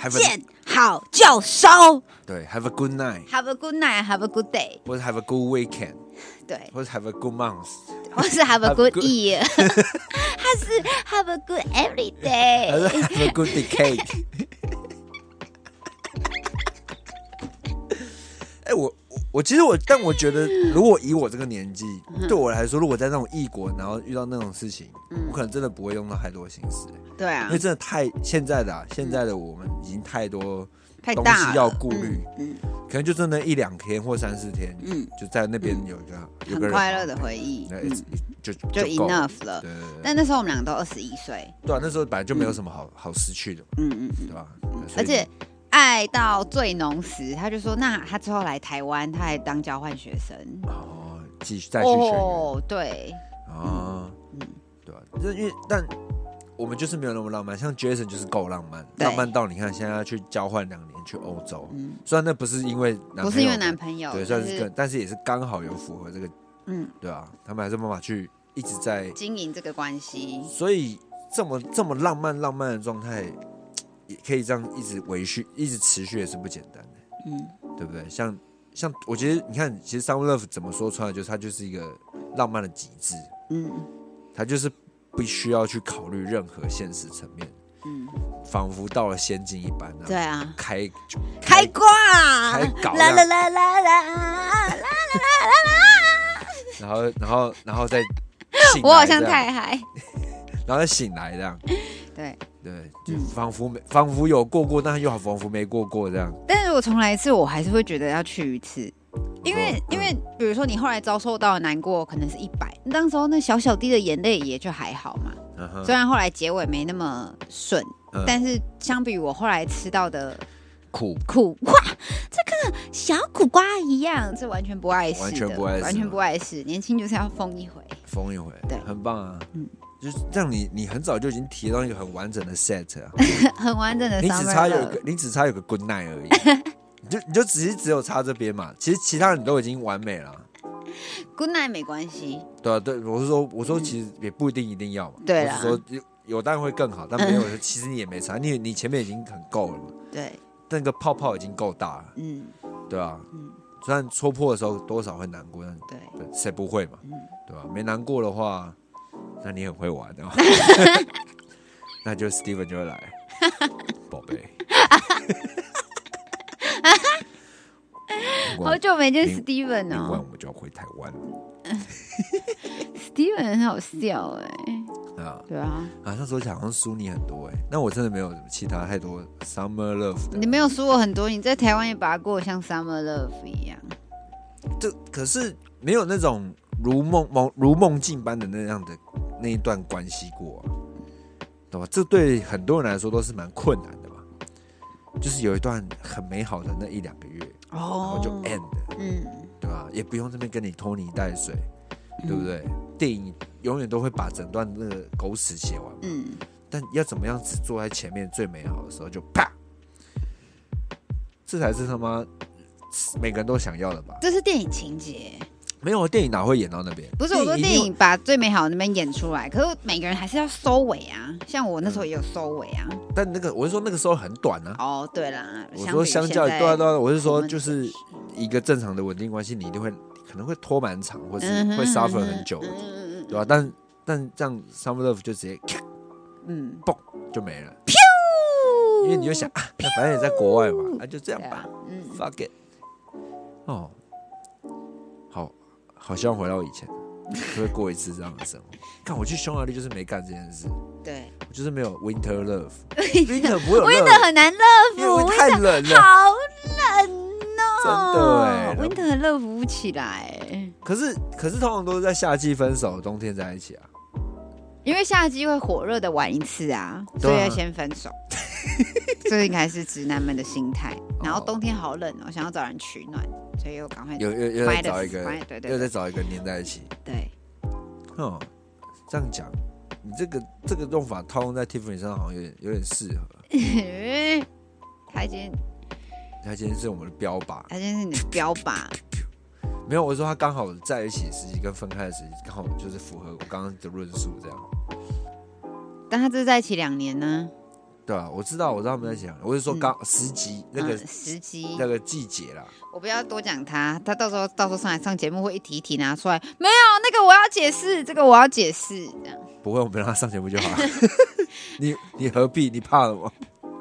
Speaker 4: ，Have a
Speaker 5: 见好就收。
Speaker 4: 对 Have a good night，
Speaker 5: Have a good night, have a good day，
Speaker 4: 或者 Have a good weekend，
Speaker 5: 对，
Speaker 4: 或者 Have a good month。
Speaker 5: 或 *laughs* 是 Have a good
Speaker 4: good-
Speaker 5: year，他是 Have a good every
Speaker 4: 还是
Speaker 5: day。
Speaker 4: Have a good decade。哎、我我我其实我，但我觉得，如果以我这个年纪，
Speaker 5: 嗯
Speaker 4: 对我来说，如果在那种异国，然后遇到那种事情，我可能真的不会用到太多心思、
Speaker 5: 嗯对啊嗯
Speaker 4: 因为，真的太现在的、啊、现在的我们已经太多
Speaker 5: 太
Speaker 4: 东
Speaker 5: 大
Speaker 4: 西
Speaker 5: 了
Speaker 4: 要顾虑，
Speaker 5: 嗯
Speaker 4: 可能就真的一两天或三四天，
Speaker 5: 嗯，
Speaker 4: 就在那边有一个、有个
Speaker 5: 很
Speaker 4: 人
Speaker 5: 快乐的回忆，
Speaker 4: 那
Speaker 5: 嗯
Speaker 4: it's- it- 就
Speaker 5: 就
Speaker 4: 够了
Speaker 5: enough 了
Speaker 4: 对。对对
Speaker 5: 但那时嗯候我们两个都二十一岁，
Speaker 4: 对啊，那时候本来就没有什么好、好失去的嘛，
Speaker 5: 嗯嗯。
Speaker 4: 对吧？所
Speaker 5: 而
Speaker 4: 以
Speaker 5: 且爱到最浓时，他就说，那他之后来台湾，他还当交换学生。
Speaker 4: 哦，继续再去学员
Speaker 5: 对，
Speaker 4: 啊
Speaker 5: 哦嗯，
Speaker 4: 对吧？这因为但我们就是没有那么浪漫，像 Jason 就是够浪漫，
Speaker 5: 对
Speaker 4: 浪漫到你看现在要去交换两年去欧洲，
Speaker 5: 嗯，
Speaker 4: 虽然那不是因为男
Speaker 5: 不
Speaker 4: 朋
Speaker 5: 是因
Speaker 4: 友
Speaker 5: 为
Speaker 4: 的
Speaker 5: 男朋友，
Speaker 4: 对，
Speaker 5: 就
Speaker 4: 算是个，但是也是刚好有符合这个，
Speaker 5: 嗯
Speaker 4: 对啊，他们还是办法去一直在，
Speaker 5: 经营这个关系，
Speaker 4: 所以这么这么浪漫浪漫的状态，也可以这样一直维续，一直持续也是不简单的，
Speaker 5: 嗯，
Speaker 4: 对不对？像像我觉得你看，其实 Some Love 怎么说穿了，就是它就是一个浪漫的极致，
Speaker 5: 嗯
Speaker 4: 它就是不需要去考虑任何现实层面，
Speaker 5: 嗯，
Speaker 4: 仿佛到了仙境一般啊，
Speaker 5: 对啊，
Speaker 4: 开
Speaker 5: 开挂，
Speaker 4: 开搞
Speaker 5: 啦
Speaker 4: 这
Speaker 5: 啦
Speaker 4: 样
Speaker 5: 啦啦啦啦，
Speaker 4: 然后然后然后再醒
Speaker 5: *laughs* 我好
Speaker 4: 来
Speaker 5: 像
Speaker 4: 这样 *laughs*
Speaker 5: 太嗨，
Speaker 4: 然后再醒来这样。
Speaker 5: *laughs* 对，
Speaker 4: 对，就仿佛没、仿佛有过过，但又好仿佛没过过这样。
Speaker 5: 但是我重来一次，我还是会觉得要去一次。因
Speaker 4: 哦
Speaker 5: 为，
Speaker 4: 嗯
Speaker 5: 因为比如说你后来遭受到的难过，可能是一百，当时候那小小滴的眼泪也就还好嘛。
Speaker 4: 嗯哼
Speaker 5: 虽然后来结尾没那么顺，
Speaker 4: 嗯
Speaker 5: 但是相比于我后来吃到的
Speaker 4: 苦
Speaker 5: 苦瓜，这个小苦瓜一样，这完全不碍事的，
Speaker 4: 完全不碍事
Speaker 5: 完全不碍事。年轻就是要疯一回，
Speaker 4: 疯一回，
Speaker 5: 对
Speaker 4: 很棒啊。
Speaker 5: 嗯
Speaker 4: 就是让你你很早就已经提到一个很完整的 set
Speaker 5: *laughs*
Speaker 4: 啊，
Speaker 5: *laughs* 很完整的
Speaker 4: 你
Speaker 5: summer
Speaker 4: 只差有一
Speaker 5: love
Speaker 4: 个，你只差有个 good night
Speaker 5: *laughs*
Speaker 4: 而已。你就你就只是只有差这边嘛，其实其他人都已经完美了啊，
Speaker 5: good night 没关系，
Speaker 4: 对啊，对，我是说，我说其实也不一定一定要嘛，
Speaker 5: 嗯对啊
Speaker 4: 我
Speaker 5: 啦
Speaker 4: 是说有有当然会更好，但没有 *laughs* 的其实你也没差，你你前面已经很够了嘛，
Speaker 5: 对，
Speaker 4: 那个泡泡已经够大了，
Speaker 5: 嗯
Speaker 4: 对啊，
Speaker 5: 嗯，
Speaker 4: 虽然戳破的时候多少会难过，但
Speaker 5: 对，
Speaker 4: 对谁不会嘛？
Speaker 5: 嗯
Speaker 4: 对吧、没难过的话，那你很会玩
Speaker 5: *laughs*
Speaker 4: 哦。那就 Steven 就会来，宝
Speaker 5: *laughs*
Speaker 4: 贝。明晚
Speaker 5: 好久没见
Speaker 4: 明
Speaker 5: Steven
Speaker 4: 明晚
Speaker 5: 哦
Speaker 4: 我们就要回台湾
Speaker 5: ，Steven 很好笑哎、
Speaker 4: 了啊！
Speaker 5: 对啊，
Speaker 4: 啊，那时候好像输你很多哎、那我真的没有其他太多 Summer Love 的。
Speaker 5: 你没有输我很多，你在台湾也把它过得像 summer love 一样，
Speaker 4: 这可是没有那种如梦梦如梦境般的那样的那一段关系过、啊，懂吗？这对很多人来说都是蛮困难的嘛，就是有一段很美好的那一两个月，然
Speaker 5: 哦
Speaker 4: 后就 end，了
Speaker 5: 嗯，
Speaker 4: 对吧？也不用这边跟你拖泥带水，对不对？电影永远都会把整段那个狗屎写完嘛，
Speaker 5: 嗯，
Speaker 4: 但要怎么样只坐在前面最美好的时候就啪，这才是他妈每个人都想要的吧？
Speaker 5: 这是电影情节。
Speaker 4: 没有电影哪会演到那边？
Speaker 5: 不是我说
Speaker 4: 一定
Speaker 5: 电影把最美好的那边演出来，可是每个人还是要收尾啊。像我那时候也有收尾啊。
Speaker 4: 但那个我是说那个时候很短啊。
Speaker 5: 哦，对啦，
Speaker 4: 嗯我说相较于对啊
Speaker 5: 多
Speaker 4: 对
Speaker 5: 多，
Speaker 4: 啊，我是
Speaker 5: 我
Speaker 4: 说
Speaker 5: 们
Speaker 4: 就是一个正常的稳定关系，你一定会可能会拖蛮长，或是
Speaker 5: 嗯哼
Speaker 4: 会 suffer 很久，
Speaker 5: 嗯
Speaker 4: 对吧、但但这样 summer love 就直接咔
Speaker 5: 嗯，
Speaker 4: 嘣就没了，因为你就想啊，那反正也在国外嘛，啊就这样
Speaker 5: 对
Speaker 4: 吧
Speaker 5: 啊，嗯，
Speaker 4: ，fuck it。哦，好，好希望回到以前，就会过一次这样的生活。看我去匈牙利就是没干这件事，
Speaker 5: 对，
Speaker 4: 我就是没有 winter
Speaker 5: *laughs*
Speaker 4: love，winter 不会有
Speaker 5: Winter
Speaker 4: love，
Speaker 5: 很难乐
Speaker 4: 因为
Speaker 5: 福，
Speaker 4: 太冷了。
Speaker 5: 好冷
Speaker 4: 真的哎
Speaker 5: 哦，Winter 很乐福不起来，欸
Speaker 4: 可是可是通常都是在夏季分手，冬天在一起啊。
Speaker 5: 因为夏季会火热的玩一次啊，
Speaker 4: 对
Speaker 5: 所
Speaker 4: 啊
Speaker 5: 以要先分
Speaker 4: *laughs*
Speaker 5: 手。这应该是直男们的心态。然后冬天好冷哦，想要找人取暖，所以又赶快
Speaker 4: 又又又再
Speaker 5: Minus，
Speaker 4: 找一个
Speaker 5: minus，对，对
Speaker 4: 又再找一个黏在一起。
Speaker 5: 对。
Speaker 4: 哦，这样讲，你这个这个用法套用在 Tiffany 身上好像有点有点适合。
Speaker 5: *laughs* 他已经，
Speaker 4: 他今天是我们的标靶，
Speaker 5: 他已经是你的标靶，
Speaker 4: 没有我说他刚好在一起的时期跟分开的时期刚好就是符合我刚刚的论述这样。
Speaker 5: 但他这在一起两年呢，
Speaker 4: 对啊，我知道，我知道他们在讲，我是说刚时机那个
Speaker 5: 嗯、时机
Speaker 4: 那，个季节啦，
Speaker 5: 我不要多讲他，他到时候到时候上来上节目会一题一题拿出来，没有那个我要解释，这个我要解释，这样
Speaker 4: 不会，我们让他上节目就好了。你你何必？你怕什么？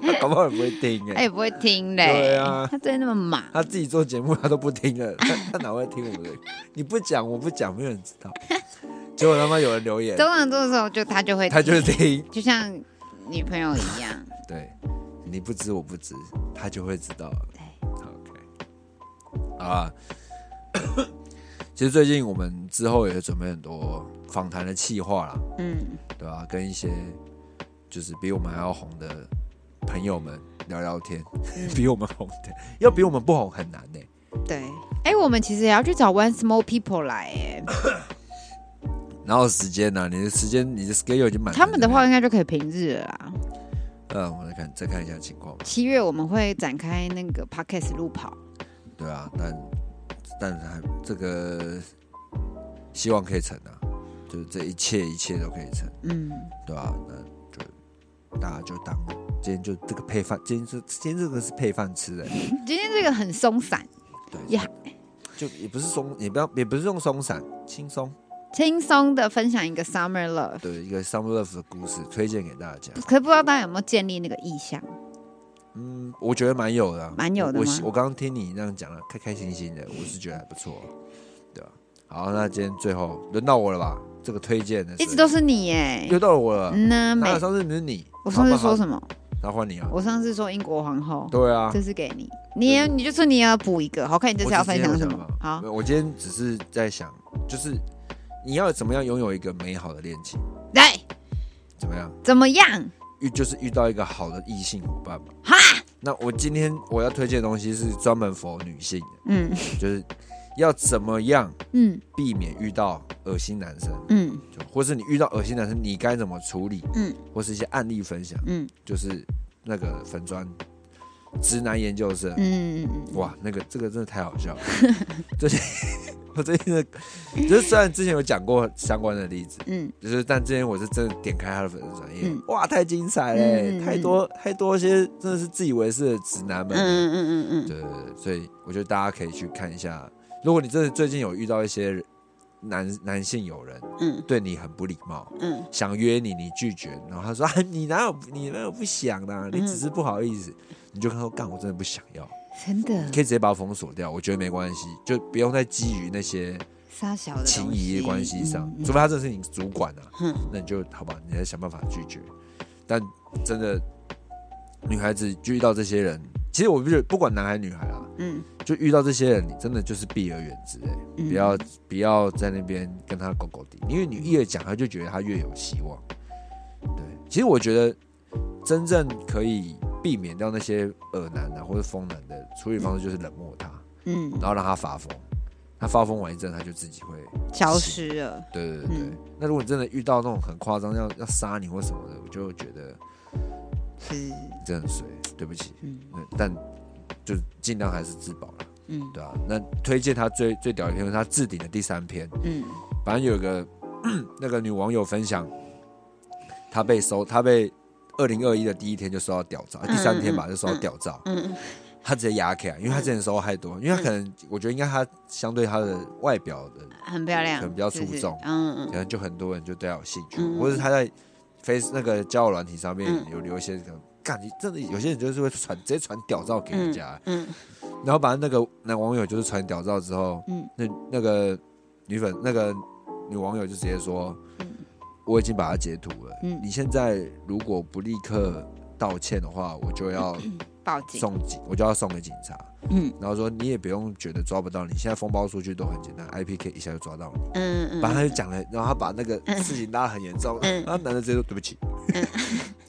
Speaker 4: 他搞不好也不会听哎、
Speaker 5: 他也不会听嘞，
Speaker 4: 对啊
Speaker 5: 他最近那么忙，
Speaker 4: 他自己做节目他都不听了，他他哪会听我们的？你不讲，我不讲，没有人知道。结果他妈有人留言，
Speaker 5: 通常这时候就他就会，
Speaker 4: 他就是，听。
Speaker 5: 就像女朋友一样，
Speaker 4: 对，你不知我不知，他就会知道了。
Speaker 5: 对，
Speaker 4: OK，好啊。其实最近我们之后也准备很多访谈的企划啦，
Speaker 5: 嗯，
Speaker 4: 对吧、跟一些就是比我们还要红的朋友们聊聊天，
Speaker 5: 嗯
Speaker 4: *laughs* 比我们红的要比我们不红很难呢、
Speaker 5: 对，哎、我们其实也要去找 One Small People 来，哎，
Speaker 4: 哪有时间呢、你的时间，你的 schedule 已经满。
Speaker 5: 他们的话，应该就可以平日了啦。
Speaker 4: 呃，我们来看，再看一下情况吧。
Speaker 5: 七月我们会展开那个 podcast 路跑，
Speaker 4: 对啊，但但还这个希望可以成啊，就是这一切一切都可以成，
Speaker 5: 嗯，
Speaker 4: 对啊，那就大家就当今天就这个配饭，今天这今天这个是配饭吃的，
Speaker 5: 今天这个很松散，
Speaker 4: 对
Speaker 5: 呀，
Speaker 4: 就也不是松，也不要也不是用松散，轻松，
Speaker 5: 轻松的分享一个 summer love，
Speaker 4: 对一个 summer love 的故事推荐给大家。
Speaker 5: 可不知道大家有没有建立那个意向？
Speaker 4: 嗯，我觉得蛮有的啊，
Speaker 5: 蛮有的
Speaker 4: 我
Speaker 5: 吗
Speaker 4: 我我刚刚听你那样讲了，开开心心的，我是觉得还不错，啊对吧、好，那今天最后轮到我了吧？这个推荐的
Speaker 5: 一直都是你耶、
Speaker 4: 又到了我了。
Speaker 5: 嗯呢，
Speaker 4: 那
Speaker 5: 每
Speaker 4: 上次不是你？
Speaker 5: 我上次说
Speaker 4: 么？
Speaker 5: 什么？
Speaker 4: 那换你啊。
Speaker 5: 我上次说英国皇后，
Speaker 4: 对啊
Speaker 5: 这，是给你，你也你就说你要补一个，好看你这
Speaker 4: 我
Speaker 5: 次
Speaker 4: 只
Speaker 5: 要
Speaker 4: 是
Speaker 5: 分
Speaker 4: 今天
Speaker 5: 享
Speaker 4: 有
Speaker 5: 什
Speaker 4: 想
Speaker 5: 么？
Speaker 4: 法
Speaker 5: 好
Speaker 4: 没，有我今天只是在想，就是你要怎么样拥有一个美好的恋情？
Speaker 5: 来
Speaker 4: 怎么样
Speaker 5: 怎么样？
Speaker 4: 遇就是遇到一个好的异性伙伴嘛？
Speaker 5: 哈，
Speaker 4: 那我今天我要推荐的东西是专门否女性的，
Speaker 5: 嗯
Speaker 4: 就是要怎么样
Speaker 5: 嗯
Speaker 4: 避免遇到恶心男生。
Speaker 5: 嗯
Speaker 4: 就或是你遇到恶心男生，你该怎么处理？
Speaker 5: 嗯，
Speaker 4: 或是一些案例分享，
Speaker 5: 嗯
Speaker 4: 就是那个粉砖直男研究社，
Speaker 5: 嗯，
Speaker 4: 哇，那个这个真的太好笑了。最近我最近的，就是虽然之前有讲过相关的例子，
Speaker 5: 嗯，
Speaker 4: 就是但之前我是真的点开他的粉丝专业，
Speaker 5: 嗯
Speaker 4: 哇，太精彩嘞、欸
Speaker 5: 嗯嗯嗯
Speaker 4: 太多太多些真的是自以为是的直男们，
Speaker 5: 嗯嗯嗯嗯，
Speaker 4: 对对对，所以我觉得大家可以去看一下，如果你真的最近有遇到一些人男男性友人，
Speaker 5: 嗯，
Speaker 4: 对你很不礼貌，
Speaker 5: 嗯，
Speaker 4: 想约你，你拒绝，然后他说、啊、你哪有你哪有不想的、啊
Speaker 5: 嗯
Speaker 4: 你只是不好意思，你就跟他说干，我真的不想要，
Speaker 5: 真的
Speaker 4: 你可以直接把我封锁掉，我觉得没关系，就不用再基于那些
Speaker 5: 傻小的
Speaker 4: 情
Speaker 5: 东
Speaker 4: 谊
Speaker 5: 西
Speaker 4: 关系上，
Speaker 5: 嗯嗯
Speaker 4: 除非他真的是你主管啊，
Speaker 5: 嗯
Speaker 4: 那你就好吧，你再想办法拒绝。但真的，女孩子就遇到这些人，其实我不觉得不管男孩女孩啊，
Speaker 5: 嗯
Speaker 4: 就遇到这些人，你真的就是避而远之、欸，
Speaker 5: 嗯
Speaker 4: 不要不要在那边跟他狗狗敌，因为你越讲，他就觉得他越有希望。对，其实我觉得真正可以避免掉那些恶男啊或者疯男的处理方式，就是冷漠他，
Speaker 5: 嗯
Speaker 4: 然后让他发疯。他发疯完一阵，他就自己会，
Speaker 5: 消失了，
Speaker 4: 对对对对。
Speaker 5: 嗯
Speaker 4: 那如果你真的遇到那种很夸张要要杀你或什么的，我就觉得
Speaker 5: 是
Speaker 4: 你真的很衰，对不起。
Speaker 5: 嗯
Speaker 4: 那但就尽量还是自保啦。
Speaker 5: 嗯
Speaker 4: 对啊，那推荐他最最屌的一篇，是他置顶的第三篇，
Speaker 5: 嗯
Speaker 4: 反正有个 *clears throat* 那个女网友分享，她被收，她被二零二一的第一天就收到屌照，第三天吧就收到屌照，
Speaker 5: 嗯
Speaker 4: 她直接压起来，因为她之前收到太多，因为她可能我觉得应该她相对她的外表的，
Speaker 5: 很漂亮，
Speaker 4: 可能比较出
Speaker 5: 是
Speaker 4: 众
Speaker 5: 嗯
Speaker 4: 可能就很多人就对她有兴趣，
Speaker 5: 嗯
Speaker 4: 或者她在 Face 那个交友软体上面
Speaker 5: 嗯
Speaker 4: 有留一些可能。干，你真的有些人就是会传直接传屌照给人
Speaker 5: 嗯
Speaker 4: 家、
Speaker 5: 嗯
Speaker 4: 然后把那个男网友就是传屌照之后，
Speaker 5: 嗯
Speaker 4: 那那个女粉那个女网友就直接说，
Speaker 5: 嗯
Speaker 4: 我已经把它截图了，
Speaker 5: 嗯
Speaker 4: 你现在如果不立刻道歉的话，我就要
Speaker 5: 嗯，报警，
Speaker 4: 送警，我就要送给警察。
Speaker 5: 嗯
Speaker 4: 然后说你也不用觉得抓不到你，现在封包出去都很简单，IPK 一下就抓到你。
Speaker 5: 嗯嗯，
Speaker 4: 反正他就讲了，然后他把那个
Speaker 5: 嗯
Speaker 4: 事情拉得很严重，
Speaker 5: 嗯
Speaker 4: 然后男的直接说对不起， *laughs*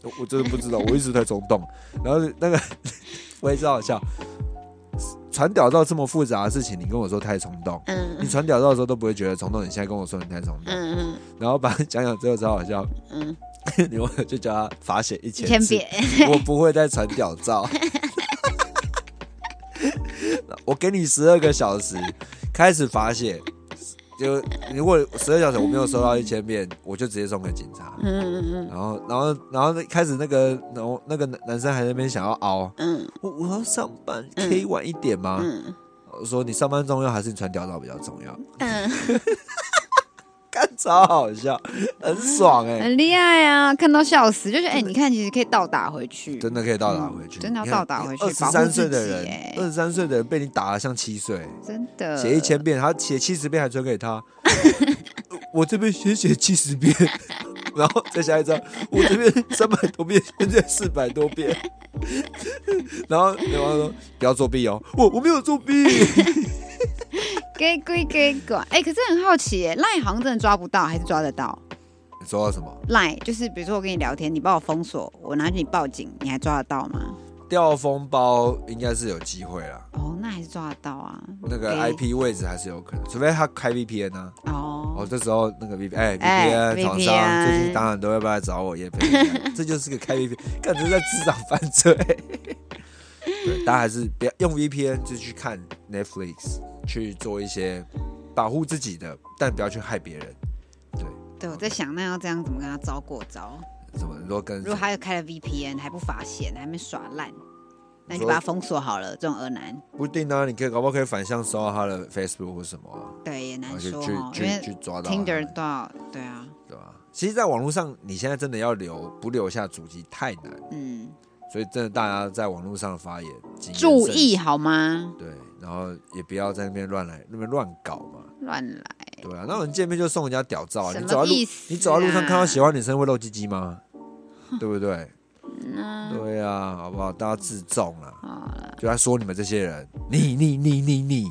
Speaker 4: 我我真的不知道，我一直在冲动。然后那个 *laughs* 我也是好笑，传屌照这么复杂的事情，你跟我说太冲动，
Speaker 5: 嗯
Speaker 4: 你传屌照的时候都不会觉得冲动，你现在跟我说你太冲动，
Speaker 5: 嗯
Speaker 4: 然后把它讲讲之后超好笑，
Speaker 5: 嗯
Speaker 4: *laughs*
Speaker 5: 嗯，
Speaker 4: 你我就叫他罚写一千
Speaker 5: 千
Speaker 4: 字，
Speaker 5: 别，
Speaker 4: 我不会再传屌照。我给你十二个小时，开始罚写。就如果十二小时我没有收到一千遍，我就直接送给警察。
Speaker 5: 嗯嗯
Speaker 4: 然后，然后，然后那开始那个，然后那个男男生还在那边想要熬，
Speaker 5: 嗯
Speaker 4: 我我要上班，可以晚一点吗？
Speaker 5: 嗯
Speaker 4: 我说你上班重要还是你传屌照比较重要？
Speaker 5: 嗯。
Speaker 4: *laughs* 干超好笑，很爽哎、
Speaker 5: 很厉害啊！看到笑死，就是哎、你看，其实可以倒打回去，
Speaker 4: 真的可以倒打回去，
Speaker 5: 嗯真的要倒打回去
Speaker 4: 二十
Speaker 5: 保护
Speaker 4: 三
Speaker 5: 自己
Speaker 4: 岁的人
Speaker 5: 欸，
Speaker 4: 二十三岁的人被你打得像七岁，
Speaker 5: 真的
Speaker 4: 写一千遍，他写七十遍还传给他，我这边先写七十遍， *laughs* 然后再下一张，我这边三百多遍，现在四百多遍， *laughs* 然后对方说不要作弊哦，我我没有作弊， *laughs*
Speaker 5: 给鬼给管。哎、可是很好奇耶，赖好像真的抓不到，还是抓得到？
Speaker 4: 你说到什么？
Speaker 5: 赖就是比如说我跟你聊天，你把我封锁，我拿去你报警，你还抓得到吗？
Speaker 4: 掉风包应该是有机会啦，
Speaker 5: 哦，那还是抓得到啊。
Speaker 4: 那个
Speaker 5: 给
Speaker 4: IP 位置还是有可能，除非他开 VPN 啊，
Speaker 5: 哦，
Speaker 4: 哦，
Speaker 5: 哦，
Speaker 4: 这时候那个 V P 哎 V P
Speaker 5: 哎
Speaker 4: N 厂商
Speaker 5: VPN
Speaker 4: 最近当然都会来找我也配， *laughs* 这就是个开 V P，感觉在职场犯罪。对，大家还是不要用 V P N，就去看 Netflix，去做一些保护自己的，但不要去害别人。
Speaker 5: 对，我在想，那要这样怎么跟他招过招？
Speaker 4: 什么？如果跟
Speaker 5: 如果他又开了 VPN 还不发现，还没耍烂，那你
Speaker 4: 你
Speaker 5: 就
Speaker 4: 说
Speaker 5: 把他封锁好了。这种恶男，
Speaker 4: 不一定啊，你可以搞不好可以反向搜到他的 Facebook 或什么、啊，
Speaker 5: 对，也难
Speaker 4: 而且
Speaker 5: 说
Speaker 4: 去
Speaker 5: 哦，因
Speaker 4: 去
Speaker 5: 为
Speaker 4: 去抓到他们
Speaker 5: Tinder 多少？对啊，
Speaker 4: 对吧？其实，在网络上，你现在真的要留不留下足迹太难，
Speaker 5: 嗯，
Speaker 4: 所以真的大家在网络上发言，谨言
Speaker 5: 注
Speaker 4: 慎
Speaker 5: 意
Speaker 4: 行，
Speaker 5: 好吗？
Speaker 4: 对，然后也不要在那边乱来，那边乱搞嘛，
Speaker 5: 乱来，
Speaker 4: 对啊，那我们见面就送人家屌照啊，
Speaker 5: 什
Speaker 4: 你
Speaker 5: 么
Speaker 4: 走在路
Speaker 5: 意思啊
Speaker 4: 你走在路上看到喜欢女生会露鸡鸡吗？对不对？
Speaker 5: 嗯，
Speaker 4: 对啊，好不好？大家自重啦，
Speaker 5: 好了，
Speaker 4: 就在说你们这些人，你你你你你，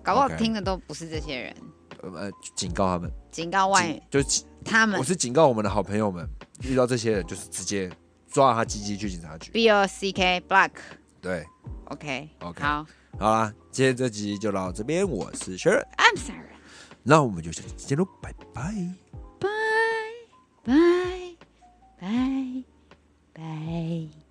Speaker 5: 搞不好
Speaker 4: OK
Speaker 5: 听的都不是这些人，
Speaker 4: 呃呃，警告他们，
Speaker 5: 警告外
Speaker 4: 警就
Speaker 5: 他们
Speaker 4: 我是警告我们的好朋友们，遇到这些人就是直接抓他鸡鸡去警察局。
Speaker 5: B O C K Block。
Speaker 4: 对，
Speaker 5: OK
Speaker 4: OK
Speaker 5: 好
Speaker 4: 好啦，今天这集就到这边，我是 Sharon，
Speaker 5: ，I'm sorry，
Speaker 4: 那我们就下期见喽，拜拜。
Speaker 5: 拜拜拜拜。